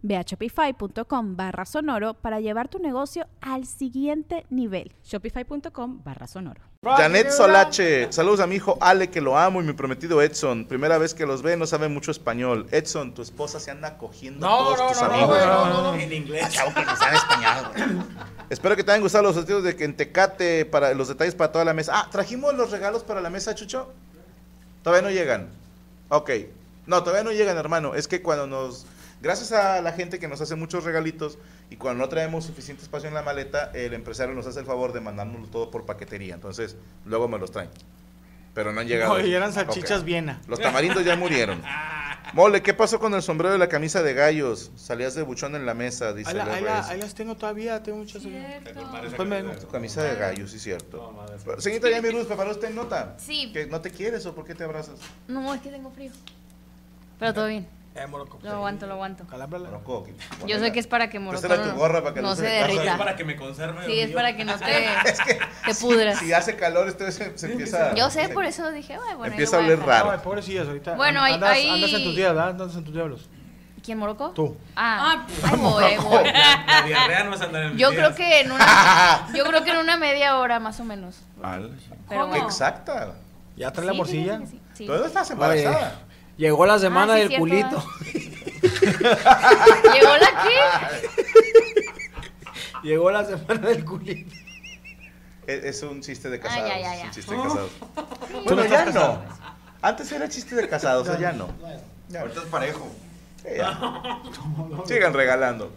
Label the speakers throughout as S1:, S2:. S1: Ve a shopify.com barra sonoro para llevar tu negocio al siguiente nivel.
S2: Shopify.com barra sonoro.
S3: Janet Solache, saludos a mi hijo Ale, que lo amo, y mi prometido Edson. Primera vez que los ve, no sabe mucho español. Edson, tu esposa se anda cogiendo a
S4: No,
S3: todos
S4: no,
S3: tus
S4: no, no,
S3: amigos.
S4: güey, no, no, no. En inglés.
S3: Chavo, que ni sabe español, güey. Espero que te hayan gustado los sorteos de Quentecate, para los detalles para toda la mesa. Ah, ¿trajimos los regalos para la mesa, Chucho? Todavía no llegan. Ok. No, todavía no llegan, hermano. Es que cuando nos... Gracias a la gente que nos hace muchos regalitos y cuando no traemos suficiente espacio en la maleta, el empresario nos hace el favor de mandárnoslo todo por paquetería. Entonces, luego me los traen. Pero no han llegado.
S4: No, y eran
S3: Ok.
S4: salchichas Viena.
S3: Los tamarindos ya murieron. Mole, ¿qué pasó con el sombrero y la camisa de gallos? Salías de buchón en la mesa, dice
S4: Ahí, la-
S3: Leo
S4: ahí la-
S3: Reyes.
S4: ahí las tengo todavía, tengo muchas. eh, Después me-
S3: Tu camisa de gallo, sí, cierto. Pero, Señorita Yami Luz, ¿preparó usted nota?
S5: Sí.
S3: ¿Que no te quieres o por qué te abrazas?
S5: No, es que tengo frío. Pero todo bien.
S4: Eh, morocco.
S5: Lo aguanto, lo aguanto.
S4: Calámbrala.
S3: Morocco, que-
S5: Yo
S3: ponela.
S5: sé que es para que
S3: Préstale
S5: Morocco
S3: tu gorra para que
S5: no
S3: no
S5: se
S3: se le pase.
S5: derrita.
S6: Es para que me conserve.
S5: Sí, es para que no te, te
S3: Si-
S5: pudras.
S3: Si, hace calor, este se, se empieza.
S5: Yo sé,
S3: se-
S5: por eso dije, "Ay, bueno.
S3: Empieza
S5: yo
S3: a
S5: voy
S3: oler
S5: dejar".
S3: raro.
S4: Ay, pobrecillas, ahorita.
S5: Bueno,
S4: an-
S5: ahí-
S4: andas,
S5: ahí-
S4: andas en tus diablos, andas en tus diablos.
S5: ¿Quién, Morocco?
S4: Tú.
S5: Ah, ahí voy, ahí voy.
S6: La, la diarrea no es andar en mis
S5: Yo
S6: días.
S5: creo que en una, yo creo que en una media hora más o menos.
S3: Al-
S5: Pero bueno.
S3: Exacta.
S4: ¿Ya trae la
S5: Sí,
S4: morcilla? Eh,
S5: fíjate que sí, sí.
S3: Todo estás embarazada.
S7: Llegó la semana
S5: Ah, sí,
S7: del
S5: cierto,
S7: culito.
S5: ¿Llegó la qué?
S7: Llegó la semana del culito.
S3: Es, E, es un chiste de casados.
S5: Ah, ya, ya, ya.
S3: es un chiste de casados.
S4: Tú no
S3: Bueno, ya
S4: estás
S3: no. Antes era chiste de casados, o sea, ya no.
S8: Ahorita es parejo.
S3: Sí, ya. Sigan regalando.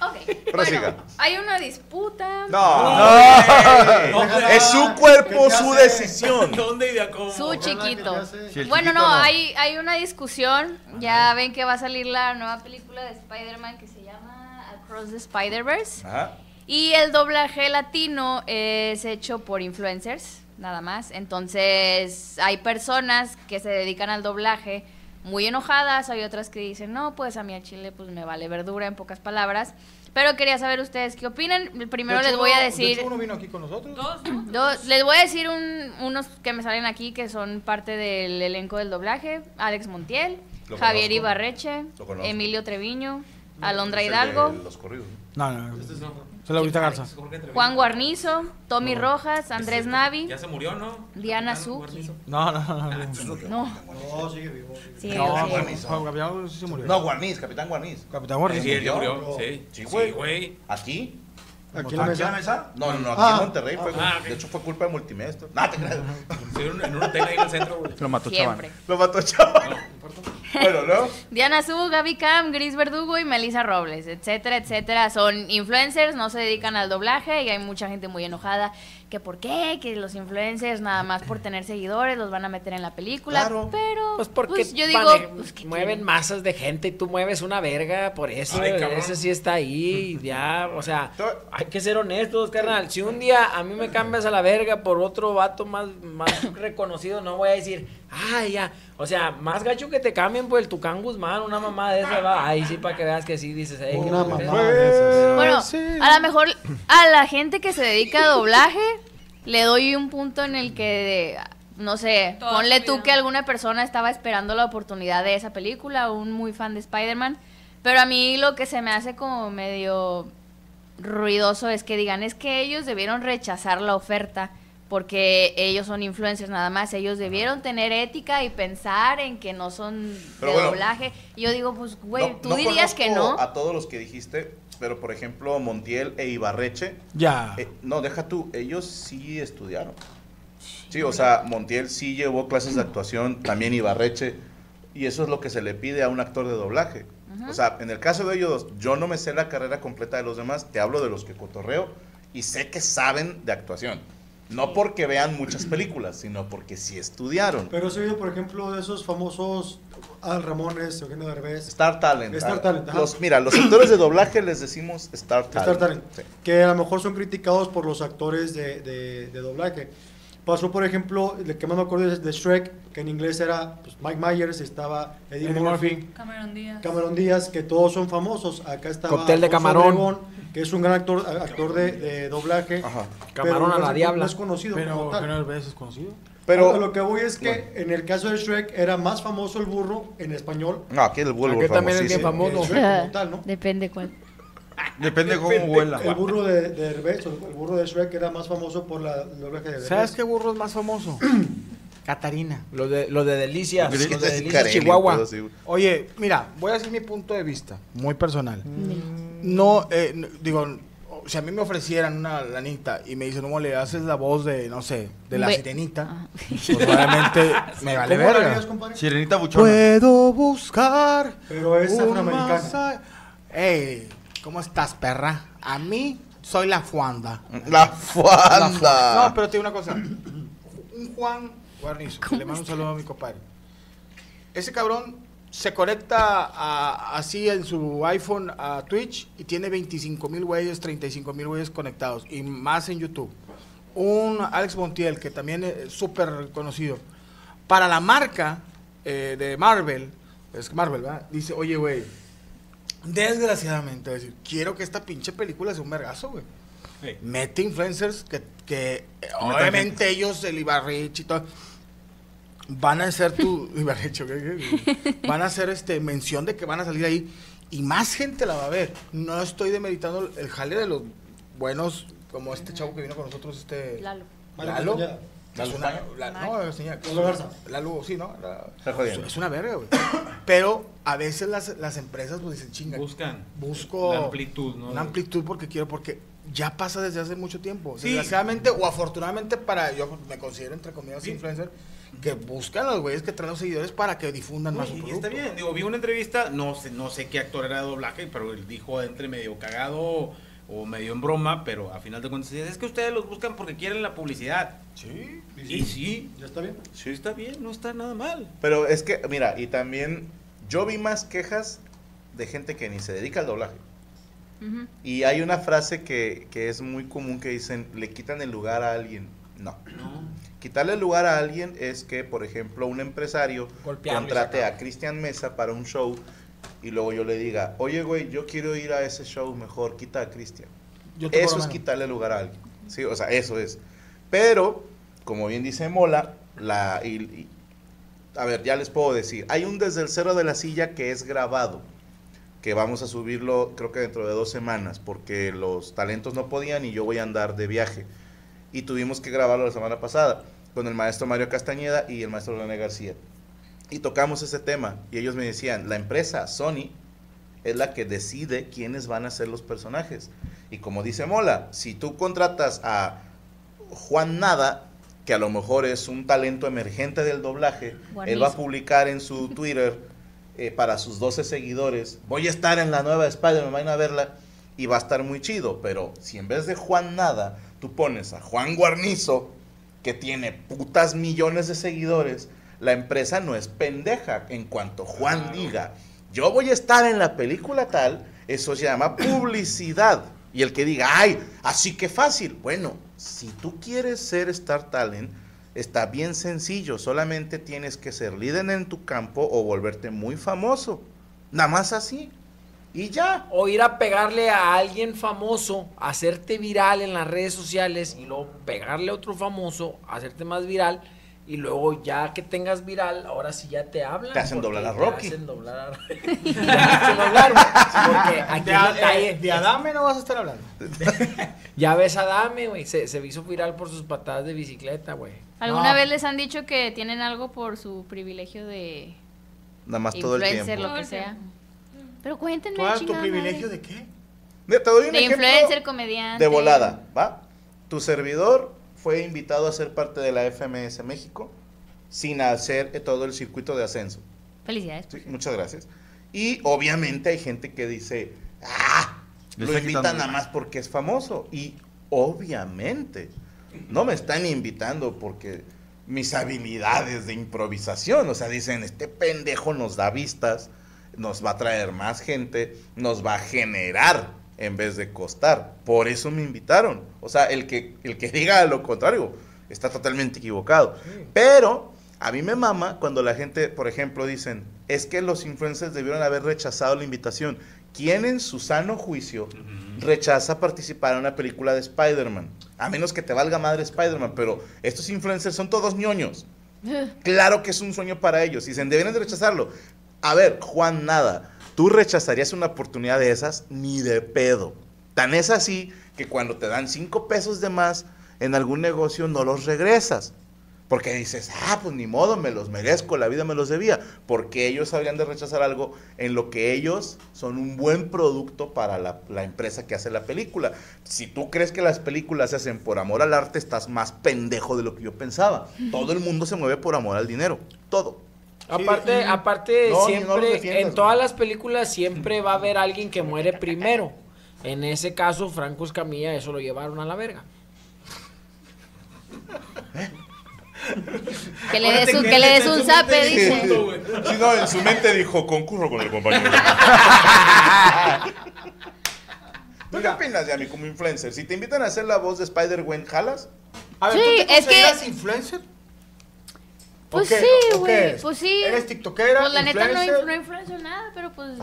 S5: Ok.
S3: Prosiga.
S5: Bueno, hay una disputa.
S3: No.
S6: No, no,
S3: Es su cuerpo,
S8: ¿Qué te
S3: su
S8: hace?
S3: decisión.
S6: ¿Dónde y de cómo?
S5: Su chiquito.
S8: Si el
S5: Bueno,
S8: chiquito
S5: no,
S8: no.
S5: Hay, hay una discusión. Ya ven que va a salir la nueva película de Spider-Man que se llama Across the Spider-Verse.
S3: Ajá.
S5: Y el doblaje latino es hecho por influencers, nada más. Entonces, hay personas que se dedican al doblaje muy enojadas, hay otras que dicen, no, pues a mí al chile pues me vale verdura, en pocas palabras. Pero quería saber ustedes qué opinan. Primero
S4: De hecho,
S5: les voy a
S4: uno-
S5: decir...
S4: De hecho, uno vino aquí con nosotros.
S5: Dos, les voy a decir un- unos que me salen aquí que son parte del elenco del doblaje. Alex Montiel,
S3: Lo
S5: Javier
S3: conozco.
S5: Ibarreche,
S3: Lo conozco.
S5: Emilio Treviño, Alondra
S3: Es el
S5: Hidalgo,
S3: de Los corridos.
S7: No, no, no.
S6: Este es otro.
S4: Se la ahorita Garza.
S6: Jorge Treviño.
S5: Juan Guarnizo, Tommy Rojas, Andrés
S6: Ese-
S5: Navi.
S6: Ya se murió, ¿no?
S5: Diana
S6: Capitán
S5: Suki.
S6: Guarnizo.
S4: No, no, no. No,
S5: No,
S8: No, sigue vivo.
S5: sí,
S4: No,
S5: lo
S4: Juan-
S5: siento.
S3: Guarnizo.
S4: Juan Capitán sí se murió.
S3: No, Guarniz, Capitán Guarniz.
S4: Capitán
S6: Sí,
S4: Borges.
S6: él ya murió. Sí,
S3: Sí,
S6: sí,
S3: güey.
S6: güey.
S3: ¿Aquí?
S8: ¿Aquí en la mesa?
S3: No, no, no, aquí
S8: Ah.
S3: en Monterrey. Fue,
S6: Ah, ok.
S3: De hecho, fue culpa de Multimedia. esto. No, te creas.
S6: Sí, en un- en un hotel ahí en el centro, güey.
S9: Lo mató
S5: siempre.
S3: Lo mató chaval. Bueno, ¿no?
S5: Diana Su, Gaby Cam, Gris Verdugo y Melissa Robles, etcétera, etcétera. Son influencers, no se dedican al doblaje y hay mucha gente muy enojada que por qué, que los influencers nada más por tener seguidores los van a meter en la película.
S3: Claro.
S5: Pero
S7: Pues porque
S5: pues, yo
S7: mane-
S5: digo, pues, ¿qué
S7: mueven
S5: tiene?
S7: masas de gente y tú mueves una verga por eso.
S6: Ay, cabrón.
S7: ese sí está ahí, ya, o sea,
S3: To-
S7: hay que ser honestos, carnal. Si un día a mí me cambias a la verga por otro vato más, más reconocido, no voy a decir, ay, ya. O sea, más gacho que te cambien por el Tucán Guzmán, una mamá de esa, va. Ay, sí, para que veas que sí, dices, "Ey, qué
S8: Una
S4: Pues,
S7: mujer".
S8: mamá.
S5: Bueno, a lo mejor a la gente que se dedica a doblaje le doy un punto en el que, no sé,
S10: Toda
S5: ponle
S10: su
S5: tú
S10: vida.
S5: que alguna persona estaba esperando la oportunidad de esa película, un muy fan de Spider-Man, pero a mí lo que se me hace como medio ruidoso es que digan, es que ellos debieron rechazar la oferta. Porque ellos son influencers nada más, ellos debieron tener ética y pensar en que no son
S3: Pero
S5: de
S3: bueno,
S5: doblaje. Y yo digo, pues, güey,
S3: No-
S5: tú
S3: no
S5: dirías que
S3: conozco
S5: no.
S3: A todos los que dijiste, pero por ejemplo, Montiel e Ibarreche.
S4: Ya.
S3: eh, no, deja tú, ellos sí estudiaron. Sí, o sea, Montiel sí llevó clases de actuación, también Ibarreche, y eso es lo que se le pide a un actor de doblaje. O sea, en el caso de ellos dos, yo no me sé la carrera completa de los demás, te hablo de los que cotorreo, y sé que saben de actuación. No porque vean muchas películas, sino porque sí estudiaron.
S9: Pero he oído, por ejemplo, de esos famosos Al Ramones, Eugenio Derbez,
S3: Star Talent. Ah,
S9: Star Talent, ajá.
S3: Los, mira, los actores de doblaje les decimos Star Talent.
S9: Star Talent,
S3: Sí.
S9: que a lo mejor son criticados por los actores de, de- de doblaje. Pasó, por ejemplo, el que más me acuerdo es de Shrek, que en inglés era pues, Mike Myers, estaba Eddie,
S4: Eddie
S9: Murphy,
S4: Murphy.
S5: Cameron Díaz.
S9: Cameron Díaz, que todos son famosos. Acá estaba
S7: Cóctel de
S9: Alfonso
S7: camarón.
S9: Obregón, que es un gran actor, a- actor de, de doblaje.
S3: Ajá.
S9: pero
S7: Camarón a
S9: no
S7: la
S9: es-
S7: diabla.
S9: No es conocido como
S4: Pero
S9: tal.
S4: Eugenio Derbez es conocido.
S9: Pero
S3: Pero,
S9: lo que voy es que en el caso de Shrek era más famoso el burro en español
S3: no, aquí el vuelvo
S7: Aquí también es bien
S9: que el
S7: famoso.
S9: Shrek como tal, ¿no?
S5: Ah, Depende cuál.
S8: Depende cómo vuela.
S9: El burro de, de Herbes, el burro de Shrek era más famoso por la el doblaje de Herbes.
S4: ¿Sabes qué burro es más famoso? Catarina.
S7: Los de, los de Delicias,
S3: Sí,
S7: los de
S3: es
S7: Delicias
S3: Carelli,
S7: Chihuahua.
S3: todo así, güey.
S4: Oye, mira, voy a decir mi punto de vista, muy personal. No, eh, n- digo, o- si a mí me ofrecieran una lanita y me dicen, no, le haces la voz de, no sé, de la
S5: Ve-
S4: sirenita, pues obviamente me vale
S9: ¿Cómo la
S4: verga.
S9: harías, compadre?
S8: Sirenita buchona.
S4: Puedo buscar.
S9: Pero es
S4: un
S9: afroamericana.
S4: más a- Ey, ¿cómo estás, perra? A mí soy la Juanda.
S3: La
S4: La Juanda.
S3: fuanda.
S4: No, pero te digo una cosa. Un Juan Guarnizo, que le mando un saludo a mi compadre. Ese cabrón se conecta a- así en su iPhone a Twitch y tiene 25 mil güeyes, 35 mil güeyes conectados y más en YouTube. Un Alex Montiel, que también es súper conocido. Para la marca eh, de Marvel, es Marvel, ¿verdad? Dice, oye, güey, desgraciadamente, va a decir, quiero que esta pinche película sea un vergazo, güey
S6: Sí.
S4: mete influencers que, que eh, obviamente ellos, el Ibarreche y todo, van a hacer tu. Ibarreche, ok, ok, van a hacer este, mención de que van a salir ahí y más gente la va a ver. No estoy demeritando el jale de los buenos, como este chavo que vino con nosotros, este.
S5: Lalo.
S4: Lalo.
S9: Lalo.
S4: pues, Es una- la- no, señor,
S9: Lalo Garza.
S4: Lalo, sí, ¿no? La-
S3: Está jodiendo.
S4: es una verga, güey. Pero a veces las, las empresas pues dicen chinga
S6: Buscan.
S4: busco
S6: La amplitud, ¿no?
S4: una amplitud porque quiero porque ya pasa desde hace mucho tiempo
S6: Sí.
S4: desgraciadamente o afortunadamente para yo me considero entre comillas
S6: Sí.
S4: influencer que buscan los güeyes que traen los seguidores para que difundan más su
S6: Oye, y está
S4: producto.
S6: bien, digo, vi una entrevista, no sé, no sé qué actor era de doblaje, pero él dijo entre medio cagado o medio en broma, pero a final de cuentas decía, es que ustedes los buscan porque quieren la publicidad.
S4: sí
S6: Y sí,
S9: ¿Ya está bien?
S6: sí está bien, no está nada mal.
S3: Pero es que, mira, y también yo vi más quejas de gente que ni se dedica al doblaje.
S5: Ujú.
S3: Y hay una frase que, que es muy común que dicen, le quitan el lugar a alguien. No. Quitarle el lugar a alguien es que, por ejemplo, un empresario
S7: Golpearlo y
S3: contrate
S7: sacarlo.
S3: a Cristian Mesa para un show y luego yo le diga, oye, güey, yo quiero ir a ese show mejor, quita a Cristian.
S4: Yo te
S3: Eso
S4: cobro
S3: es
S4: menos.
S3: quitarle lugar a alguien. Sí, o sea, eso es. Pero, como bien dice Mola, la, y- y- a ver, ya les puedo decir. Hay un desde el cero de la silla que es grabado, que vamos a subirlo creo que dentro de dos semanas, porque los talentos no podían y yo voy a andar de viaje. Y tuvimos que grabarlo la semana pasada con el maestro Mario Castañeda y el maestro René García. Y tocamos ese tema y ellos me decían, la empresa Sony es la que decide quiénes van a ser los personajes. Y como dice Mola, si tú contratas a Juan Nada, que a lo mejor es un talento emergente del doblaje,
S5: Juanizo.
S3: él va a publicar en su Twitter eh, para sus 12 seguidores, voy a estar en la nueva Spider-Man, vayan a verla, y va a estar muy chido, pero si en vez de Juan Nada, tú pones a Juan Guarnizo, que tiene putas millones de seguidores, la empresa no es pendeja. En cuanto Juan diga, yo voy a estar en la película tal, eso se llama publicidad. Y el que diga, ay, así que fácil. Bueno, si tú quieres ser Star Talent, está bien sencillo. Solamente tienes que ser líder en tu campo o volverte muy famoso. Nada más así. Y ya.
S7: O ir a pegarle a alguien famoso, hacerte viral en las redes sociales y luego pegarle a otro famoso, hacerte más viral y luego ya que tengas viral, ahora sí ya te hablan.
S3: Te hacen
S7: porque
S3: doblar a
S7: te
S3: Rocky.
S7: hacen doblar a Rocky. Te hacen doblar, güey, porque aquí
S4: de,
S7: en la
S4: a-
S7: calle-
S4: eh, de Adame no vas a estar hablando
S7: Ya ves a Dame, güey, se, se hizo viral por sus patadas de bicicleta, güey.
S5: ¿Alguna
S4: No.
S5: vez les han dicho que tienen algo por su privilegio de
S3: Nada más todo el
S5: influencer,
S3: tiempo.
S5: lo que sea? Pero cuéntenme,
S4: tú haces tu
S5: chingada madre.
S4: privilegio de qué
S3: Mira, te doy un
S5: De
S3: ejemplo
S5: influencer, comediante.
S3: de volada, ¿va? Tu servidor fue invitado a ser parte de la FMS México sin hacer todo el circuito de ascenso.
S5: Felicidades.
S3: Sí, muchas gracias. Y obviamente hay gente que dice, ah,
S8: Le
S3: lo
S8: está
S3: invitan
S8: quitando.
S3: nada más porque es famoso. Y obviamente, no me están invitando porque mis habilidades de improvisación, o sea, dicen, este pendejo nos da vistas, nos va a traer más gente, nos va a generar en vez de costar. Por eso me invitaron. O sea, el que, el que diga lo contrario está totalmente equivocado. Pero a mí me mama cuando la gente, por ejemplo, dicen, es que los influencers debieron haber rechazado la invitación. ¿Quién en su sano juicio rechaza participar en una película de Spider-Man? A menos que te valga madre Spider-Man, pero estos influencers son todos ñoños. Claro que es un sueño para ellos. Dicen, deberían de rechazarlo. A ver, Juan Nada, ¿tú rechazarías una oportunidad de esas? Ni de pedo. Tan es así que cuando te dan cinco pesos de más en algún negocio no los regresas. Porque dices, ah, pues ni modo, me los merezco, la vida me los debía. Porque ellos habrían de rechazar algo en lo que ellos son un buen producto para la, la empresa que hace la película. Si tú crees que las películas se hacen por amor al arte, estás más pendejo de lo que yo pensaba. Todo el mundo se mueve por amor al dinero. Todo.
S7: Aparte,
S4: sí.
S7: aparte
S3: No, ni- no lo
S7: siempre,
S3: defiendas,
S7: en todas
S3: güey.
S7: las películas siempre va a haber alguien que muere primero. En ese caso, Franco Escamilla, eso lo llevaron a la verga.
S5: Que le des un, que le des un zape, dice.
S3: Sí, no, en su mente dijo, concurro con el compañero. ¿Tú qué opinas, Yami, como influencer? Si te invitan a hacer la voz de Spider-Gwen, ¿jalas?
S4: A ver, ¿tú
S5: Sí,
S4: te
S5: es que-
S4: consideras influencer?
S5: Pues
S4: ¿O qué-
S5: sí,
S4: o qué
S5: güey.
S4: eres?
S5: Pues sí.
S4: ¿Eres tiktokera?
S5: Pues la neta no,
S4: influencer?
S5: influ- no influencio en nada, pero pues.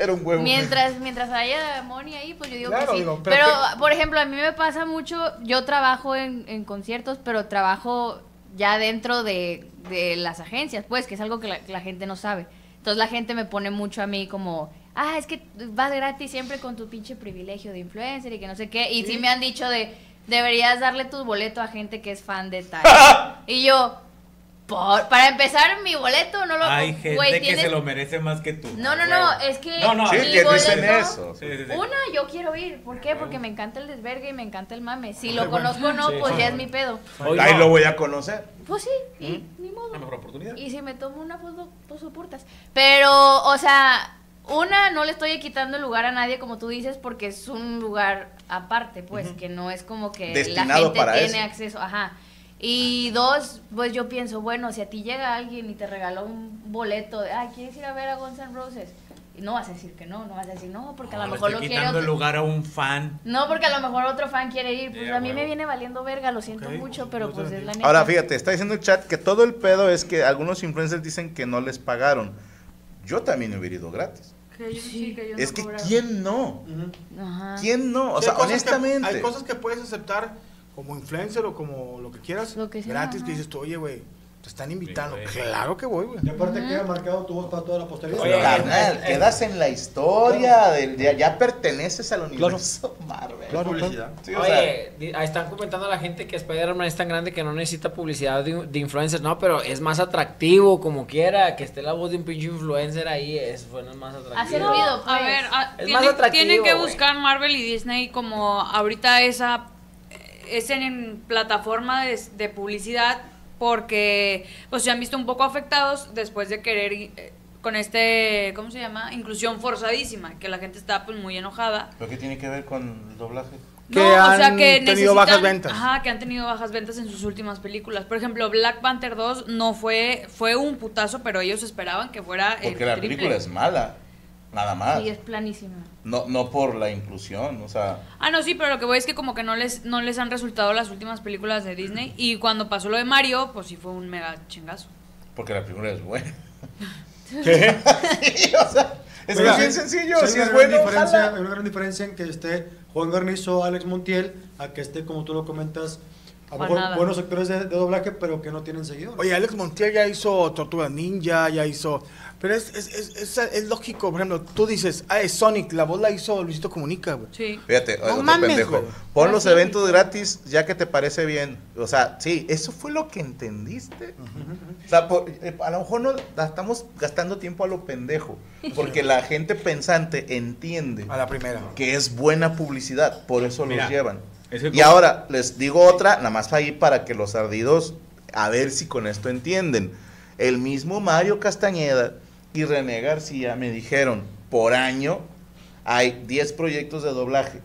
S3: Era un huevo.
S5: Mientras, mientras haya Moni ahí, pues yo digo
S4: Claro,
S5: que sí.
S4: digo, pero
S5: pero,
S4: que-
S5: por ejemplo, a mí me pasa mucho, yo trabajo en, en conciertos, pero trabajo ya dentro de, de las agencias, pues, que es algo que la, que la gente no sabe. Entonces la gente me pone mucho a mí como, ah, es que vas gratis siempre con tu pinche privilegio de influencer y que no sé qué. Y sí, me han dicho de, deberías darle tu boleto a gente que es fan de tal. y yo, "Por- para empezar, mi boleto no lo...
S6: Hay gente
S5: güey,
S6: que
S5: tienes-
S6: se lo merece más que tú.
S5: no, no, no, es que.
S6: No, no,
S3: Sí,
S5: mi
S3: que dicen
S5: boleto-
S3: eso.
S6: Sí, sí, sí.
S5: Una, yo quiero ir. ¿Por qué? Porque me encanta el desvergue y me encanta el mame. Si lo
S4: Ay, bueno.
S5: conozco o no,
S7: Sí.
S5: pues ya es mi pedo.
S7: Hoy
S3: Ahí
S7: no.
S3: lo voy a conocer.
S5: Pues sí, y ni modo.
S6: La mejor oportunidad.
S5: Y si me tomo una foto, pues soportas. Pero, o sea, una, no le estoy quitando el lugar a nadie, como tú dices, porque es un lugar aparte, pues, que no es como que la
S3: Destinado
S5: gente
S3: para
S5: tiene
S3: eso.
S5: acceso. Ajá. Y dos, pues yo pienso, bueno, si a ti llega alguien y te regaló un boleto de, ay, ¿quieres ir a ver a Guns N' Roses? Y no vas a decir que no, no vas a decir no, porque a lo
S6: No, le
S5: mejor lo
S6: estoy
S5: quiere
S6: quitando
S5: otro-
S6: el lugar a un fan.
S5: No, porque a lo mejor otro fan quiere ir. Pues
S6: Ya,
S5: a mí
S6: huevo.
S5: me viene valiendo verga, lo siento
S4: Ok,
S5: mucho, pero
S4: no te
S5: pues es
S4: entendí.
S5: la neta.
S3: Ahora, fíjate, está diciendo el chat que todo el pedo es que algunos influencers dicen que no les pagaron. Yo también hubiera ido gratis. es que, ¿quién no?
S5: Ajá.
S3: ¿Quién no? O
S4: Sí,
S3: sea,
S4: hay cosas
S3: honestamente.
S4: Que, hay cosas que puedes aceptar como influencer o como lo que quieras.
S5: Lo que sea,
S4: gratis,
S5: ajá.
S4: que dices tú, oye, güey, te están invitando.
S6: güey.
S4: claro que voy, güey.
S9: Y aparte queda marcado tu voz para toda la posteridad.
S3: pues,
S7: Oye,
S3: Carnal,
S7: eh, eh,
S3: quedas en la historia, del- ya, ya perteneces al universo Marvel.
S9: Claro,
S8: publicidad.
S3: Sí, o sea,
S7: Oye, di- ahí están comentando a la gente que Spider-Man es tan grande que no necesita publicidad de, de influencers. No, pero es más atractivo como quiera. Que esté la voz de un pinche influencer ahí es bueno, es más atractivo.
S5: Ha servido.
S10: A
S5: pues.
S10: ver, a-
S7: Es
S10: tienen,
S7: más atractivo,
S10: tienen que
S7: güey.
S10: buscar Marvel y Disney como ahorita esa es en, en plataforma de, de publicidad porque pues se han visto un poco afectados después de querer eh, con este, ¿cómo se llama? Inclusión forzadísima, que la gente está pues muy enojada.
S3: ¿Pero qué tiene que ver con el doblaje?
S4: Que han tenido bajas ventas.
S10: Ajá, que han tenido bajas ventas en sus últimas películas. Por ejemplo, Black Panther 2 no fue fue un putazo, pero ellos esperaban que fuera el
S3: Porque la
S10: triple.
S3: película es mala, nada más.
S5: Ah, Sí, es planísima.
S3: No, no por la inclusión, o sea,
S10: Ah, no, sí, pero lo que voy es que como que no les, no les han resultado las últimas películas de Disney. Y cuando pasó lo de Mario, pues sí fue un mega chingazo.
S3: porque la película es buena. ¿Qué? o sea, es que
S9: Mira,
S3: es bien sencillo,
S9: sí hay
S3: si
S9: una
S3: es
S9: gran
S3: bueno,
S9: diferencia-
S3: jala.
S9: Hay una gran diferencia en que esté Juan Garnizo, Alex Montiel, a que esté, como tú lo comentas, a lo
S10: Juan
S9: mejor
S10: Nada.
S9: buenos actores de, de doblaje, pero que no tienen seguidores.
S4: Oye, Alex Montiel ya hizo Tortuga Ninja, ya hizo... Pero es, es, es, es- es lógico, por ejemplo, tú dices, ah, es Sonic, la voz la hizo Luisito Comunica, güey.
S10: Sí.
S3: Fíjate,
S4: No
S3: otro
S4: mames,
S3: pendejo.
S4: güey.
S3: Pon los eventos gratis ya que te parece bien. O sea, sí, eso fue lo que entendiste. O sea, por- eh, a lo mejor no la estamos gastando tiempo a lo pendejo. Porque la gente pensante entiende
S4: A la primera.
S3: que es buena publicidad. Por eso
S6: Mira,
S3: los llevan.
S6: Es que
S3: Y
S6: como-
S3: ahora les digo otra, nada más ahí para que los ardidos, a ver si con esto entienden. El mismo Mario Castañeda y René García me dijeron, por año hay 10 proyectos de doblaje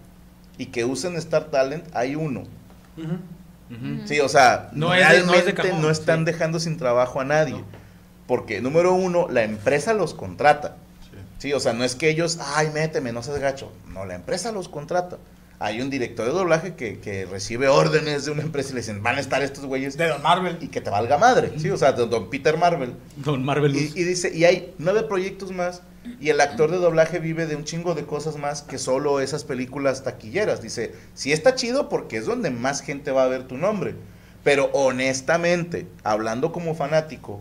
S3: y que usen Star Talent hay uno.
S9: Ujú.
S5: Mm.
S6: Ujú.
S3: Sí, o sea,
S6: No es de- no
S3: realmente
S6: es de cajón,
S3: no están
S6: sí.
S3: dejando sin trabajo a nadie. Porque, número uno, la empresa los contrata. Sí, o sea, no es que ellos, ay, méteme, no seas gacho. No, la empresa los contrata. Hay un director de doblaje que, que recibe órdenes de una empresa y le dicen, van a estar estos güeyes.
S4: De Don Marvel.
S3: Y que te valga madre. Sí, o sea, don, don Peter Marvel.
S6: Don Marvel.
S3: Y, y dice, y hay nueve proyectos más. Y el actor de doblaje vive de un chingo de cosas más que solo esas películas taquilleras. Dice, sí está chido porque es donde más gente va a ver tu nombre. Pero honestamente, hablando como fanático,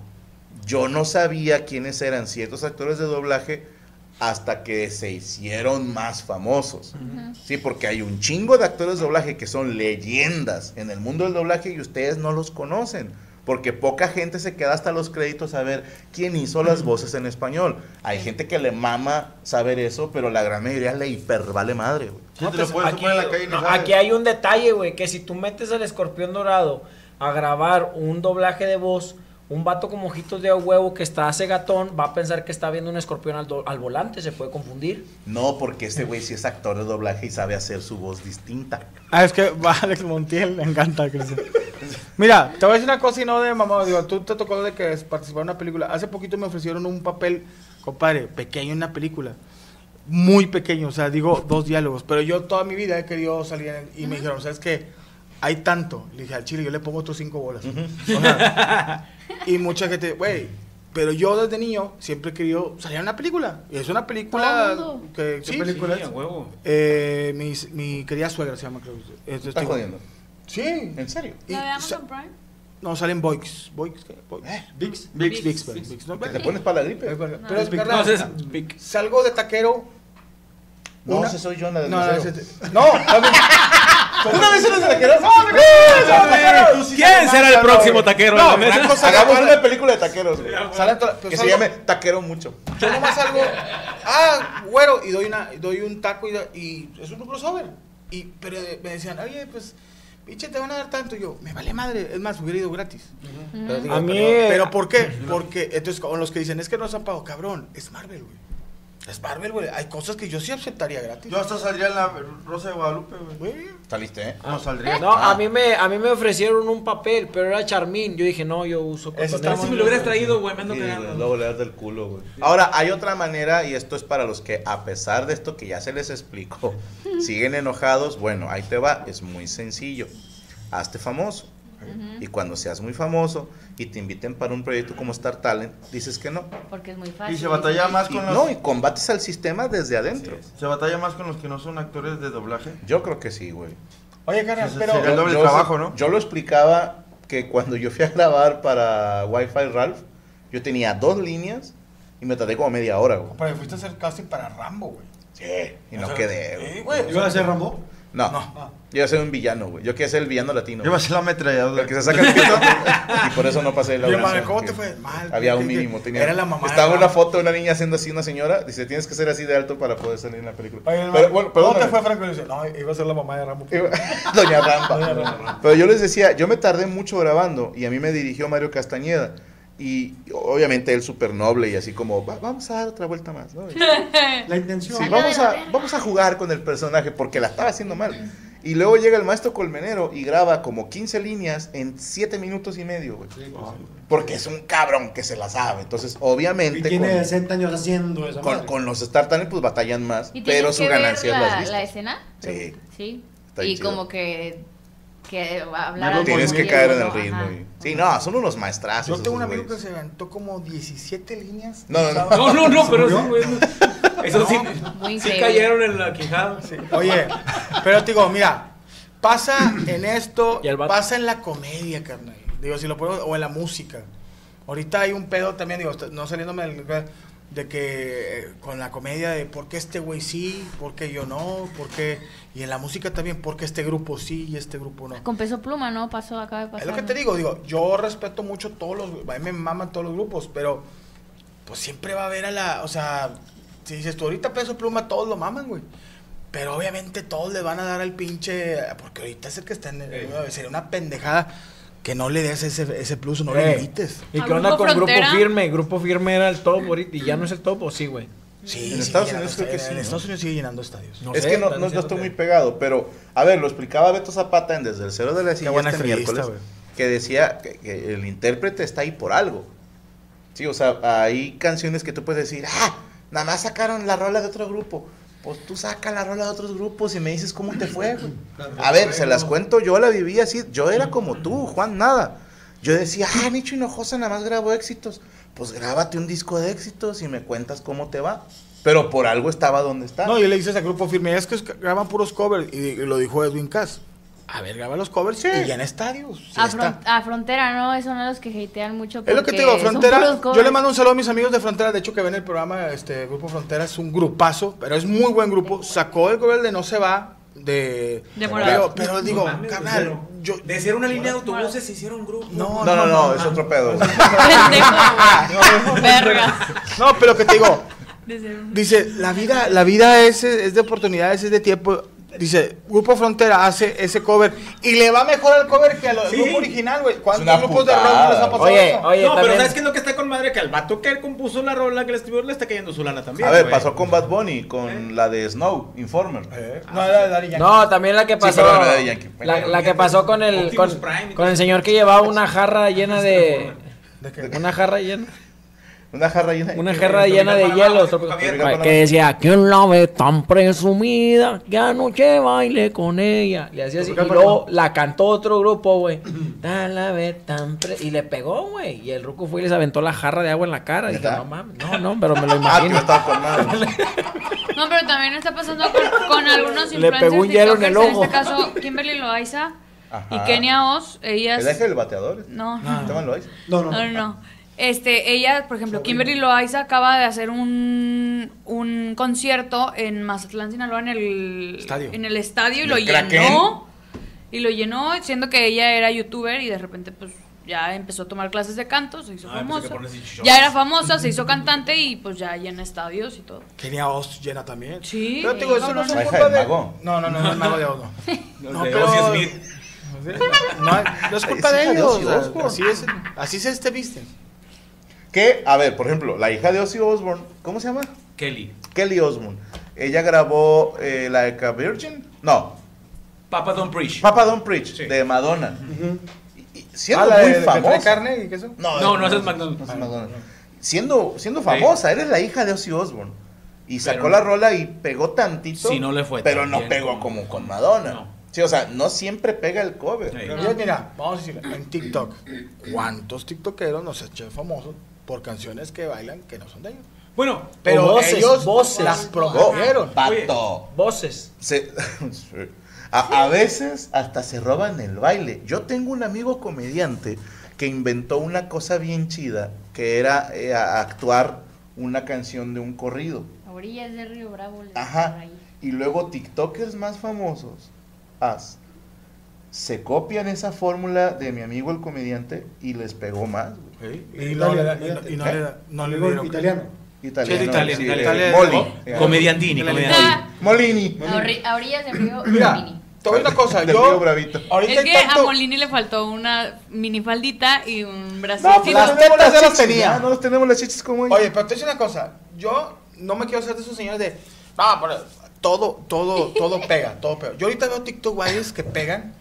S3: yo no sabía quiénes eran ciertos actores de doblaje hasta que se hicieron más famosos. Sí, porque hay un chingo de actores de doblaje que son leyendas en el mundo del doblaje y ustedes no los conocen. Porque poca gente se queda hasta los créditos a ver quién hizo las voces en español. Hay gente que le mama saber eso, pero la gran mayoría le hipervale madre. güey.
S8: Sí, te
S7: pues,
S8: lo puedes
S7: aquí,
S8: tomar en la calle y no
S7: no,
S8: sabes.
S7: aquí hay un detalle, güey, que si tú metes al escorpión dorado a grabar un doblaje de voz, un vato con ojitos de huevo que está hace gatón va a pensar que está viendo un escorpión al, do- al volante, se puede confundir.
S3: No, porque ese güey sí es actor de doblaje y sabe hacer su voz distinta.
S4: Ah, es que va Alex Montiel, le encanta, Cristian. Mira, te voy a decir una cosa y no de mamá, digo, tú te tocó de que participar en una película. Hace poquito me ofrecieron un papel, compadre, pequeño en una película. Muy pequeño, o sea, digo dos diálogos, pero yo toda mi vida he querido salir en- y me dijeron, ¿sabes qué? Hay tanto. Le dije, al chile yo le pongo otros cinco bolas. O sea, y mucha gente, güey, pero yo desde niño siempre he querido salir en una película. Y es una película
S5: Todo mundo.
S4: que...
S9: ¿Qué
S4: sí,
S9: película
S6: Sí, a
S9: es?
S6: huevo.
S4: eh, mi, mi querida suegra se llama, creo. Este,
S3: Está
S4: este-
S3: jodiendo.
S4: Sí.
S3: ¿En serio?
S4: Y
S5: ¿La de
S4: sa-
S5: Amazon Prime?
S4: no, salen Boix. Boix, ¿qué? Boix.
S9: Vix.
S4: Vix, Vix,
S6: Vix.
S4: Vix, Eh. ¿no?
S3: ¿Que te pones para la gripe?
S4: Es verdad.
S5: No.
S4: Pero es
S9: Vix.
S4: carnal,
S6: Entonces, pic.
S4: salgo de taquero.
S3: No,
S4: Una-
S3: ese soy yo en la
S4: No,
S3: del
S4: no,
S3: museo.
S4: ese- no, también-
S3: ¿Una vez eres de taqueros?
S6: ¿Quién será el próximo taquero
S4: No,
S6: en la mesa?
S4: Franco Sa-
S3: Hagamos una película de taqueros, güey.
S4: Salen todas-
S3: Que
S4: pues
S3: se
S4: algo-
S3: llame Taquero Mucho.
S4: Yo nomás salgo, ah, güero, y doy, una, y doy un taco y, y es un crossover. Y, pero me decían, oye, pues, pinche, te van a dar tanto. Y yo, me vale madre, es más, hubiera ido gratis. Pero digo,
S7: A mí-
S4: pero, pero ¿por qué? Porque, entonces, con los que dicen, es que no se han pagado, cabrón, es Marvel, güey. Es Marvel, güey. Hay cosas que yo sí aceptaría gratis.
S8: Yo hasta saldría en la Rosa de Guadalupe, güey.
S4: Güey,
S3: Saliste, ¿eh?
S8: No, saldría.
S7: No, a mí me, a mí me ofrecieron un papel, pero era Charmín. Yo dije, no, yo uso
S4: Eso está
S7: cotonete.
S4: muy
S6: Si me lo hubieras traído, güey, me ando
S3: Sí, güey,
S6: cagando.
S3: luego le das del culo, güey. Ahora, hay otra manera, y esto es para los que, a pesar de esto que ya se les explicó, siguen enojados. Bueno, ahí te va, es muy sencillo. Hazte famoso. Y cuando seas muy famoso y te inviten para un proyecto como Star Talent, dices que no.
S5: Porque es muy fácil.
S8: Y se batalla más
S3: Y
S8: con los.
S3: no, y combates al sistema desde adentro.
S8: Se batalla más con los que no son actores de doblaje.
S3: Yo creo que sí, güey.
S4: Oye, carnal,
S8: Sí, sí,
S4: pero...
S8: sí. Era el doble trabajo, ¿no?
S3: Yo lo explicaba que cuando yo fui a grabar para Wi-Fi Ralph, yo tenía dos líneas y me tardé como media hora, güey.
S4: Pero fuiste a hacer casting para Rambo, güey.
S3: Sí, y
S4: O
S3: no
S4: sea,
S3: quedé,
S4: sí,
S3: güey.
S4: güey, o sea,
S9: ¿Ibas a ser Rambo?
S3: No,
S4: No. Ah.
S3: yo iba a ser un villano, güey. Yo quería ser el villano latino.
S8: Yo iba a ser la ametralladora.
S3: El que se saca el pito y por eso no pasé la
S4: Oye,
S3: audición,
S4: madre, ¿cómo
S3: que
S4: te fue? Mal,
S3: Había un
S4: porque
S3: mínimo. tenía-
S4: era la mamá de
S3: Estaba una
S4: Rambo.
S3: foto de una niña haciendo así, una señora. Dice, tienes que ser así de alto para poder salir en la película.
S4: Oye,
S3: Pero bueno,
S4: ¿Cómo te
S3: perdóname.
S4: fue, Franco? Y dice, no, iba a ser la mamá de Rambo.
S3: Iba- Doña Rampa. Pero yo les decía, yo me tardé mucho grabando y a mí me dirigió Mario Castañeda. Y obviamente él súper noble y así como, "Va- vamos a dar otra vuelta más. ¿no? Y-
S9: La intención.
S3: Sí, vamos, a, vamos a jugar con el personaje porque la estaba haciendo mal. Y luego llega el maestro Colmenero y graba como 15 líneas en 7 minutos y medio, güey. Porque es un cabrón que se la sabe. Entonces,
S9: Y
S3: obviamente,
S9: tiene
S3: con,
S9: 60 años haciendo esa
S3: con-
S9: madre.
S3: con los Star Talent, pues batallan más.
S5: ¿Y tienes
S3: Pero su
S5: que ver
S3: ganancia es
S5: la,
S3: las
S5: la
S3: vistas.
S5: escena?
S3: Sí.
S5: Sí.
S3: Está bien
S5: y
S3: chido.
S5: como que, que hablar
S8: Luego
S5: al
S3: Tienes
S5: mismo
S3: que
S5: tiempo,
S3: caer en el
S5: ¿no?
S3: ritmo.
S5: Ajá.
S3: y- Sí, no, son unos maestrazos.
S4: Yo tengo un
S3: esos
S4: amigo que
S3: güeyes.
S4: se aventó como 17 líneas.
S3: No, no, no.
S6: No, no, no, pero sí, güey. Eso sí,
S5: Muy
S6: sí
S5: increíble.
S6: cayeron en la quijada.
S4: Oye, pero te digo, mira, pasa en esto,
S7: Y al vato.
S4: pasa en la comedia, carnal. Digo, si lo ponemos, o en la música. Ahorita hay un pedo también, digo, está- no saliéndome del- de que eh, con la comedia de por qué este güey sí, por qué yo no, por qué. Y en la música también, por qué este grupo sí y este grupo no.
S5: Con peso pluma, ¿no? Pasó, acaba de pasar.
S4: Es lo que te digo, digo, yo respeto mucho todos los, a mí me maman todos los grupos, pero pues siempre va a haber a la, o sea, si dices tú ahorita peso pluma, todos lo maman, güey. Pero obviamente todos le van a dar al pinche. Porque ahorita es el que está en. el- Sería una pendejada que no le des ese, ese plus, no le
S7: Eh,
S4: invites.
S7: ¿Y
S10: ¿A
S7: qué onda
S10: Grupo
S7: con
S10: Frontera?
S7: Grupo Firme? Grupo Firme era el top ahorita y ya no es el top, ¿o sí, güey?
S4: Sí,
S3: En
S4: sigue
S3: Estados
S4: llenando
S3: Unidos creo que
S4: estadios,
S3: sí,
S4: En
S3: ¿no?
S4: Estados Unidos sigue llenando estadios.
S7: No
S3: es
S7: sé,
S3: que no,
S7: están
S3: no, no
S7: diciendo
S3: estoy
S7: que-
S3: muy pegado, pero a ver, lo explicaba Beto Zapata en Desde el Cero de la Silla
S4: buena
S3: este
S4: entrevista,
S3: miércoles,
S4: güey.
S3: que decía que, que el intérprete está ahí por algo. Sí, o sea, hay canciones que tú puedes decir, ah, nada más sacaron la rola de otro grupo. Pues tú saca la rola de otros grupos y me dices cómo te fue, güey. A ver, se las cuento, yo la viví así, yo era como tú, Juan, nada. Yo decía, ah, Nicho Hinojosa nada más grabó éxitos. Pues grábate un disco de éxitos y me cuentas cómo te va. Pero por algo estaba donde está.
S4: No, yo le dices al grupo firme, es que es- graban puros covers. Y, y lo dijo Edwin Cass. A ver, graba los covers y llena estadios. Sí
S5: a,
S4: está.
S5: Fron- a Frontera, ¿no? Es uno de los que hatean mucho.
S4: Es lo que
S5: porque
S4: te digo,
S5: son puros
S4: Frontera.
S5: covers.
S4: Yo le mando un saludo a mis amigos de Frontera, de hecho que ven el programa, este Grupo Frontera es un grupazo, pero es muy buen grupo. Sacó el gobierno de No se va de
S10: De
S4: pero,
S10: Morat.
S4: pero
S6: No
S4: digo,
S6: mames,
S4: carnal,
S6: güey.
S4: yo
S6: De ser una línea de autobuses se hicieron un grupo.
S4: no,
S3: No, no, no, es otro pedo.
S10: Pendejo. Vergas.
S4: No, pero que te digo,
S10: Desde un-
S4: dice, la vida, la vida es, es de oportunidades, es de tiempo. Dice, Grupo Frontera hace ese cover y le va mejor al cover que al grupo original, güey. ¿Cuántos
S3: una
S4: grupos de rock
S3: putada.
S4: no les ha pasado
S7: Oye,
S4: eso?
S7: oye,
S6: no, pero
S7: también-
S6: ¿sabes qué es lo que está con madre? Que al vato que compuso la rola que le escribió le está cayendo su lana también.
S3: A ver,
S6: güey.
S3: pasó con Bad Bunny, con la de Snow, Informer.
S4: No, era de Daddy Yankee.
S7: No, también la que pasó.
S3: pero la de Yankee.
S7: la, la que pasó con el con,
S6: Optimus Prime.
S7: con el señor que llevaba una jarra llena de una jarra llena,
S3: Una jarra llena.
S7: una jarra llena de hielo
S3: Tropicana.
S7: que decía que la ve tan presumida que anoche baile con ella. Le hacía así y luego la cantó otro grupo, güey. "Ta La ve tan pre-" y le pegó, güey, y el ruco fue y les aventó la jarra de agua en la cara. Dije,
S3: ¿Verdad?
S7: no mames, no, no, pero me
S3: Ah, que
S7: lo
S3: no
S7: imagino.
S3: estaba con nada.
S10: No, pero también está pasando con, con algunos
S7: Le
S10: influencers.
S7: pegó un hielo en el
S10: tiktokers,
S7: ojo.
S10: este caso, Kimberly Loaiza
S3: Ajá.
S10: y
S4: Ah.
S10: Kenia Oz. Ellas.
S3: ¿El eje del bateador?
S10: No,
S7: Ah.
S10: no,
S3: ¿Te van lo hay?
S9: No, no,
S10: no,
S9: no.
S10: no, no. Este, ella, por ejemplo, Kimberly Loaiza acaba de hacer un, un concierto en Mazatlán, Sinaloa, en el
S4: Estadio.
S10: en el estadio y lo
S3: ¿Del Kraken?
S10: llenó. Y lo llenó, siendo que ella era youtuber y de repente, pues, ya empezó a tomar clases de canto, se hizo
S6: Ah, pensé que
S10: famosa.
S6: pones así,
S10: Ya era famosa, se hizo cantante y pues ya llena estadios y todo.
S4: Kenia Oz llena también.
S10: Sí.
S4: Pero te digo, eso no es
S3: La hija
S4: culpa
S3: del
S4: de.
S3: mago.
S4: No, no, no, no es mago de Oz. no.
S6: Los
S4: No,
S6: de
S4: pero-
S6: Ozzy Smith.
S4: No, no es culpa
S3: Es
S4: de
S3: hija de
S4: ellos.
S3: Ozzy
S4: o sea,
S3: Osbourne.
S4: así, es, así se este visten.
S3: Que, a ver, por ejemplo, la hija de Ozzy Osbourne, ¿cómo se llama?
S6: Kelly.
S3: Kelly Osbourne. Ella grabó eh, Like a Virgin. No,
S6: Papa Don't Preach.
S3: Papa Don't Preach,
S6: Sí.
S3: de Madonna. Y- y siendo
S4: Ah, la
S3: muy
S4: de- de
S3: famosa.
S4: trae carne y queso.
S3: No,
S6: No, no,
S3: es
S6: esa es McDonald's. Ah.
S3: no es McDonald's. Siendo, siendo famosa, eres la hija de Ozzy Osbourne. Y sacó la rola y pegó tantito.
S6: Sí, no le fue
S3: Pero
S6: tan
S3: no
S6: bien
S3: pegó
S6: como-
S3: como con Madonna.
S6: No.
S3: Sí, o sea, no siempre pega el cover.
S6: Sí.
S4: Pero yo, mira, vamos a decir, en TikTok, ¿cuántos TikTokeros nos echan famosos por canciones que bailan que no son de ellos?
S6: Bueno,
S4: Pero
S7: voces,
S4: ellos
S7: voces.
S4: las
S3: Oh,
S4: promovieron.
S3: pato.
S7: Voces.
S3: Se- sí. a, a veces hasta se roban el baile. Yo tengo un amigo comediante que inventó una cosa bien chida, que era eh, a- actuar una canción de un corrido.
S5: A orillas de Río Bravo. les por
S3: Ajá.
S5: ahí.
S3: Y luego TikTokers más famosos as, se copian esa fórmula de mi amigo el comediante y les pegó más. güey.
S4: Y no le da- y no- y no le da- no le
S9: Amigo
S4: dieron-
S9: italiano.
S3: ¿Eh? Italiano.
S6: Sí, italiano,
S3: sí,
S6: italiano.
S3: eh,
S4: Italiano.
S3: Moli.
S6: comediantini, comediantini.
S5: Ah,
S3: Molini.
S5: a orri- a orillas de Río
S4: Mira, te voy a una cosa,
S3: Del Río
S4: yo
S3: Bravito.
S4: ahorita
S10: Es
S4: hay
S10: que a
S4: tanto-
S10: Molini le faltó una minifaldita y un
S3: No, pues
S10: bracito.
S4: las
S3: no tenemos
S4: tetas ya las
S3: chichis,
S4: tenía.
S3: ya, No los tenemos las chichis como ella.
S4: Oye, pero te voy a decir una cosa, yo no me quiero hacer de esos señores de, no, pero todo, todo, todo pega, todo pega. Yo ahorita veo TikTok guayes que pegan,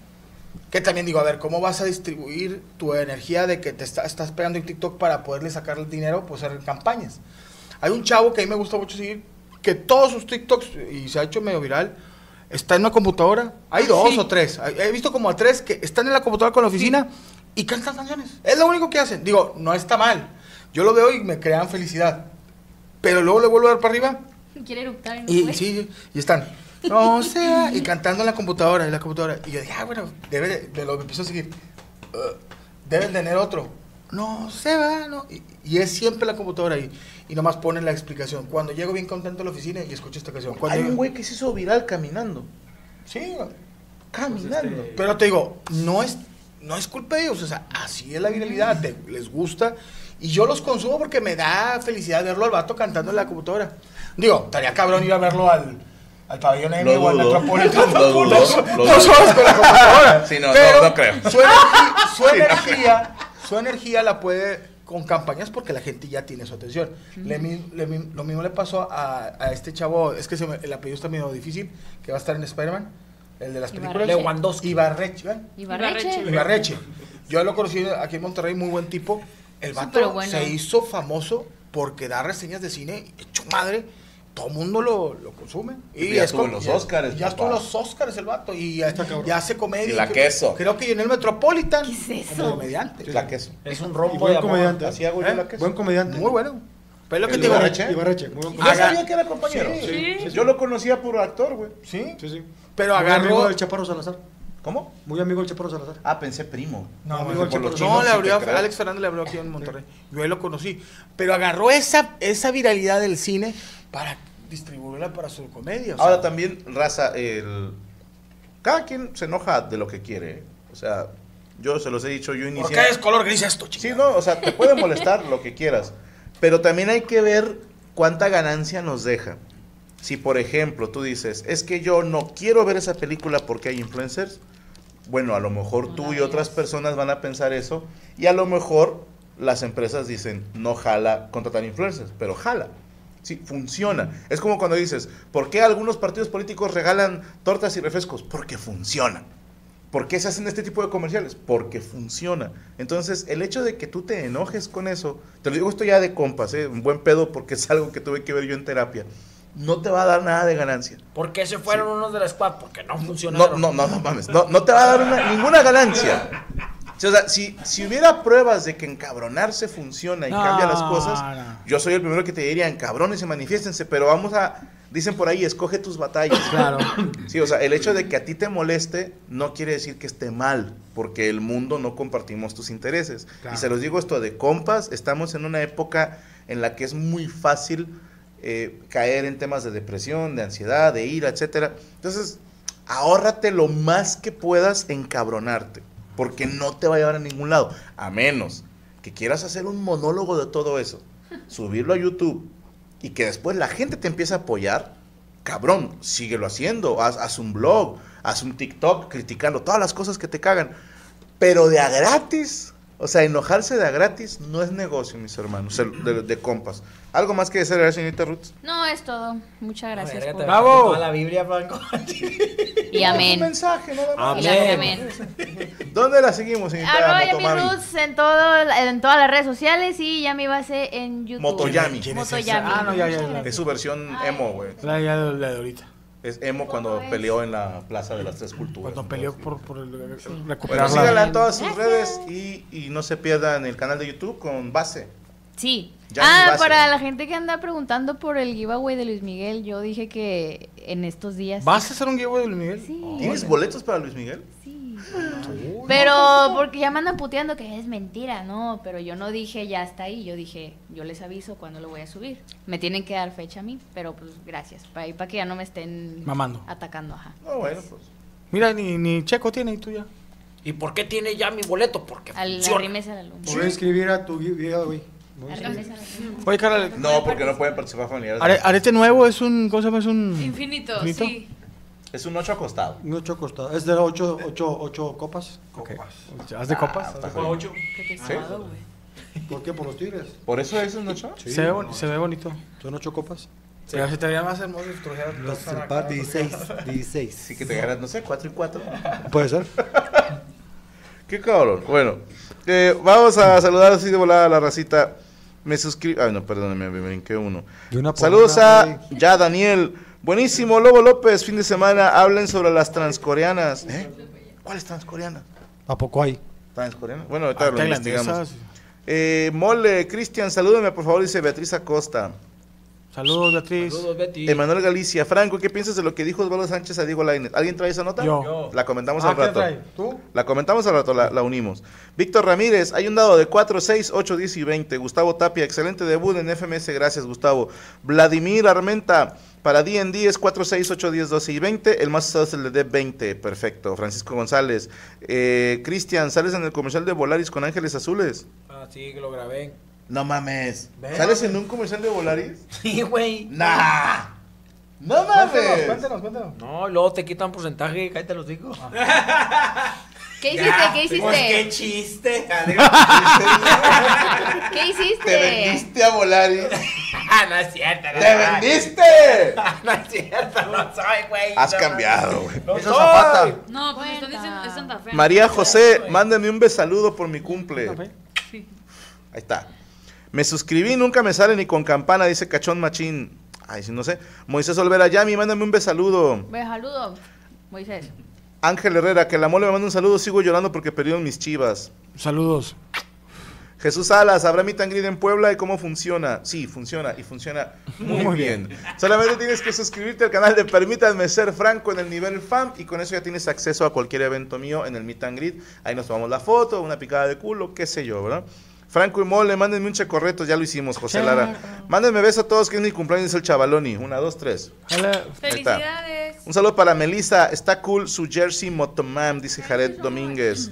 S4: que también digo, a ver, ¿cómo vas a distribuir tu energía de que te está- estás pegando en TikTok para poderle sacar el dinero, pues hacer campañas? Hay un chavo que a mí me gusta mucho seguir, que todos sus TikToks, y se ha hecho medio viral, está en una computadora. Hay dos o tres. Hay- He visto como a tres que están en la computadora con la oficina y cantan canciones. Es lo único que hacen. Digo, no está mal. Yo lo veo y me crean felicidad. Pero luego le vuelvo a dar para arriba
S5: Quiere eructar y no
S4: y
S5: puede.
S4: sí, y están. No sea, y cantando en la computadora, en la computadora. Y yo dije, ah, bueno, debe de, de lo que empiezo a seguir. "Eh, deben tener otro. No se va, no. Y, y es siempre la computadora ahí. Y nomás ponen la explicación. Cuando llego bien contento a la oficina y escucho esta canción. Cuando
S3: Hay un
S4: llego-
S3: güey que se hizo viral caminando.
S4: Sí,
S3: Caminando.
S4: pero te digo, no es, no es culpa de ellos, o sea, así es la viralidad, te- les gusta. Y yo los consumo porque me da felicidad verlo al vato cantando en la computadora. Digo, estaría cabrón ir a verlo al, al al pabellón
S3: Lo
S4: negro o al
S3: dudo.
S4: metropolitano.
S3: Lo dudo,
S4: Dos-
S3: lo
S4: dos
S3: dudo.
S4: horas con la computadora.
S3: Sí, no, no,
S4: Pero
S3: no creo.
S4: Su, energi- su energía, su energía la puede con campañas porque la gente ya tiene su atención. Le mi- le mi- lo mismo le pasó a, a este chavo, es que se me- el apellido está medio difícil, que va a estar en Spider-Man, el de las películas.
S5: Ibarreche.
S4: Lewandowski. Ibarreche, ¿ven?
S5: Ibarreche.
S4: Ibarreche. Yo lo conocí aquí en Monterrey, muy buen tipo. El vato
S5: Superbueno.
S4: se hizo famoso porque da reseñas de cine hecho madre. Todo el mundo lo, lo consume.
S3: Y ya estuvo
S4: con-
S3: en los Óscares,
S4: Ya estuvo en
S3: papá.
S4: los Oscars el vato. Y ya,
S9: cabrón.
S4: ya hace comedia.
S3: Y la queso.
S4: Creo que en el Metropolitan.
S5: ¿Qué es
S4: Como
S5: eso?
S4: comediante.
S3: La queso.
S7: Es un
S9: Y
S7: rombo de
S9: buen
S7: amor.
S9: comediante.
S3: Así hago
S4: ¿Eh?
S3: yo la queso.
S9: Buen comediante.
S4: Muy bueno. Pero es lo que
S3: ¿El
S4: te digo.
S3: Ibarreche?
S9: Ibarreche, muy buen
S3: Yo
S4: Haga-
S3: sabía que era compañero.
S4: Sí,
S10: sí, sí, sí.
S3: Yo lo conocía por actor, güey.
S4: Sí.
S9: Sí, sí.
S4: Pero
S9: Muy amigo
S4: agarró.
S9: del Chaparro Salazar.
S3: ¿Cómo?
S9: Muy amigo del Chaparro Salazar.
S3: Ah, pensé primo.
S4: No,
S9: Amigo
S4: amigo,
S9: del
S4: no,
S9: Chaparro
S4: le
S3: Salazar.
S4: abrió,
S3: Sí, te creo.
S4: Alex Fernández le abrió aquí en Monterrey. Yo ahí lo conocí. Pero agarró esa, esa viralidad del cine para distribuirla para su comedia. o sea,
S3: Ahora también, raza, el... cada quien se enoja de lo que quiere. O sea, yo se los he dicho, yo
S4: ¿Por
S3: inicié...
S4: qué es color gris esto,
S3: Sí,
S4: chingada?
S3: no, o sea, te puede molestar lo que quieras, pero también hay que ver cuánta ganancia nos deja. Si, por ejemplo, tú dices, es que yo no quiero ver esa película porque hay influencers, bueno, a lo mejor tú y otras personas van a pensar eso, y a lo mejor las empresas dicen, no jala contratar influencers, pero jala. Sí, funciona. Es como cuando dices, ¿por qué algunos partidos políticos regalan tortas y refrescos? Porque funcionan. ¿Por qué se hacen este tipo de comerciales? Porque funciona. Entonces, el hecho de que tú te enojes con eso, te lo digo esto ya de compas, ¿eh? un buen pedo porque es algo que tuve que ver yo en terapia, no te va a dar nada de ganancia.
S7: ¿Por qué se fueron unos de la squad? Porque no
S3: No,
S7: funcionaron.
S3: no, no, no mames, no, no te va a dar una- ninguna ganancia. Sí, o sea, si, si hubiera pruebas de que encabronarse funciona y
S4: No,
S3: cambia las cosas,
S4: no.
S3: yo soy el primero que te diría, encabrones y manifiéstense, pero vamos a, dicen por ahí, escoge tus batallas.
S4: Claro.
S3: Sí, o sea, el hecho de que a ti te moleste no quiere decir que esté mal, porque el mundo no compartimos tus intereses.
S4: Claro.
S3: Y se los digo esto de compas, estamos en una época en la que es muy fácil eh, caer en temas de depresión, de ansiedad, de ira, etcétera. Entonces, ahórrate lo más que puedas encabronarte, porque no te va a llevar a ningún lado, a menos que quieras hacer un monólogo de todo eso, subirlo a YouTube y que después la gente te empiece a apoyar, cabrón, síguelo haciendo, haz, haz un blog, haz un TikTok criticando todas las cosas que te cagan, pero de a gratis, o sea, enojarse de a gratis no es negocio, mis hermanos, de, de- de compas. ¿Algo más que decir, señorita Ruth?
S5: No, es todo. Muchas gracias.
S7: Verga,
S5: por-
S7: te
S4: Bravo.
S7: metí toda la Biblia, Franco.
S5: Y
S3: Un
S5: amén.
S3: mensaje, nada más.
S5: Y amén.
S3: ¿Dónde la seguimos, señorita
S5: Arroba Yami
S3: Motomami?
S5: Roots en, todo, en todas las redes sociales y Yami Base en YouTube.
S3: Motoyami.
S4: ¿Quién es
S5: Motoyami.
S4: esa? Ah, no, ya, ya,
S5: Muchas
S4: ya.
S5: gracias.
S3: Es su versión
S5: Ay.
S3: emo, güey.
S4: La, ya, la de ahorita.
S3: Es emo cuando
S5: ¿Cómo es?
S3: peleó en la Plaza de las Tres Culturas.
S4: Cuando peleó por, por el-
S3: Bueno,
S4: recuperarla.
S3: síganla en todas sus
S5: Gracias.
S3: redes y, y no se pierdan el canal de YouTube con base.
S5: Sí.
S3: Yami
S5: ah,
S3: Base.
S5: para la gente que anda preguntando por el giveaway de Luis Miguel, yo dije que en estos días.
S4: ¿Vas Oh. a hacer un giveaway de Luis Miguel?
S5: Sí,
S3: ¿Tienes boletos para Luis Miguel?
S5: sí. Pero
S3: pues,
S5: porque ya me andan puteando que es mentira, no, pero yo no dije ya está ahí, yo dije, yo les aviso cuándo lo voy a subir. Me tienen que dar fecha a mí, pero pues gracias, para ahí para que ya no me estén
S4: Mamando.
S5: atacando, ajá.
S3: No, bueno, pues.
S4: Mira, ni, ni Checo tiene y tú ya.
S7: ¿Y por qué tiene ya mi boleto? Porque
S5: Al
S7: funciona.
S5: arrímese a la luna.
S9: Voy a escribir a tu guía, güey. Voy a escribir.
S5: Arrímese a la luna.
S4: Oye, Carla,
S3: No, porque no pueden participar familiares.
S4: are- arete nuevo es un. ¿Cómo se llama? Es un.
S10: Infinito,
S4: ¿Infinito?
S10: sí.
S3: Es un ocho acostado.
S9: No ocho costado. Es de 8 ocho, ocho copas.
S3: Ah,
S4: ¿Haz de copas?
S9: ¿Por qué? Por los tigres.
S3: ¿Por eso es un ocho?
S9: Sí,
S4: se, ve, bon- se ve bonito.
S9: Son ocho copas.
S4: Pero se te veía más hermoso si trajeras
S11: Los
S4: taza
S11: par
S4: acá.
S11: 16, 16.
S3: Así que te ganas, no sé, cuatro y cuatro.
S9: Puede ser.
S3: Qué cabrón. Bueno, eh, vamos a saludar así de volada a la racita. Me suscribo. Ay, no, perdóname, me brinqué uno.
S11: De una por
S3: Saludos
S11: una,
S3: a
S11: güey.
S3: ya Daniel. Buenísimo, Lobo López. Fin de semana hablen sobre las transcoreanas. ¿Eh? ¿Cuáles transcoreanas?
S11: ¿A poco hay?
S3: Transcoreanas. Bueno, ahorita
S4: Ah,
S3: lo investigamos.
S4: tailandesas.
S3: Eh, mole, Cristian, salúdeme por favor, dice Beatriz Acosta.
S4: Saludos, Beatriz.
S7: Saludos, Betty.
S3: Emanuel Galicia, Franco, ¿qué piensas de lo que dijo Osvaldo Sánchez a Diego Lainez? ¿Alguien trae esa nota?
S4: Yo. Yo.
S3: La comentamos
S4: Ah,
S3: al
S4: ¿qué
S3: rato.
S4: trae? ¿Tú?
S3: La comentamos al rato, la, la unimos. Víctor Ramírez, hay un dado de 4, 6, 8, 10 y 20. Gustavo Tapia, excelente debut en FMS, gracias Gustavo. Vladimir Armenta, para D&D es 4, 6, 8, 10, 12 y 20. El más usado es el de D20, perfecto. Francisco González, eh, Cristian, ¿sales en el comercial de Volaris con Ángeles Azules?
S7: Ah, sí, que lo grabé.
S3: No mames.
S7: Ve.
S3: ¿Sales en un comercial de Volaris?
S7: Sí, güey.
S3: Nah. ¡No
S7: mames!
S4: Cuéntanos, cuéntanos.
S7: No, luego te quitan porcentaje, cállate los digo.
S5: ¿Qué hiciste?
S7: Ya,
S5: ¿Qué hiciste?
S7: pues, qué
S6: chiste.
S5: ¿Qué hiciste?
S3: Te vendiste a volar.
S7: Ah, no es cierto. no
S3: ¡Te
S7: soy.
S3: vendiste!
S7: no es cierto, no soy, güey.
S3: Has
S7: no.
S3: cambiado, güey.
S7: No
S3: Esa
S7: soy.
S3: zapata.
S10: No, pues están diciendo es Santa Fe.
S3: María José, mándame un besaludo por mi cumple. Ahí
S10: Sí.
S3: está. Me suscribí, nunca me sale ni con campana, dice Cachón Machín. Ay, sí, no sé. Moisés Olvera Yami, mándame un besaludo.
S5: Ve, saludo, Moisés.
S3: Ángel Herrera, que la mole me manda un saludo, sigo llorando porque perdieron mis chivas.
S4: Saludos.
S3: Jesús Salas, ¿habrá mi tangrid en Puebla y cómo funciona? Sí, funciona y funciona muy,
S4: Muy
S3: bien. Solamente tienes que suscribirte al canal de Permítanme Ser Franco en el nivel FAM y con eso ya tienes acceso a cualquier evento mío en el Meet and Greet. Ahí nos tomamos la foto, una picada de culo, qué sé yo, ¿verdad? Franco y Mole, mándenme un checorreto, ya lo hicimos, José Lara. Mándenme beso a todos, que es mi cumpleaños, es el chavaloni. Una, dos, tres. Ahí está.
S10: Felicidades.
S3: Un saludo para Melissa, está cool su jersey Motomam, dice Jared Domínguez.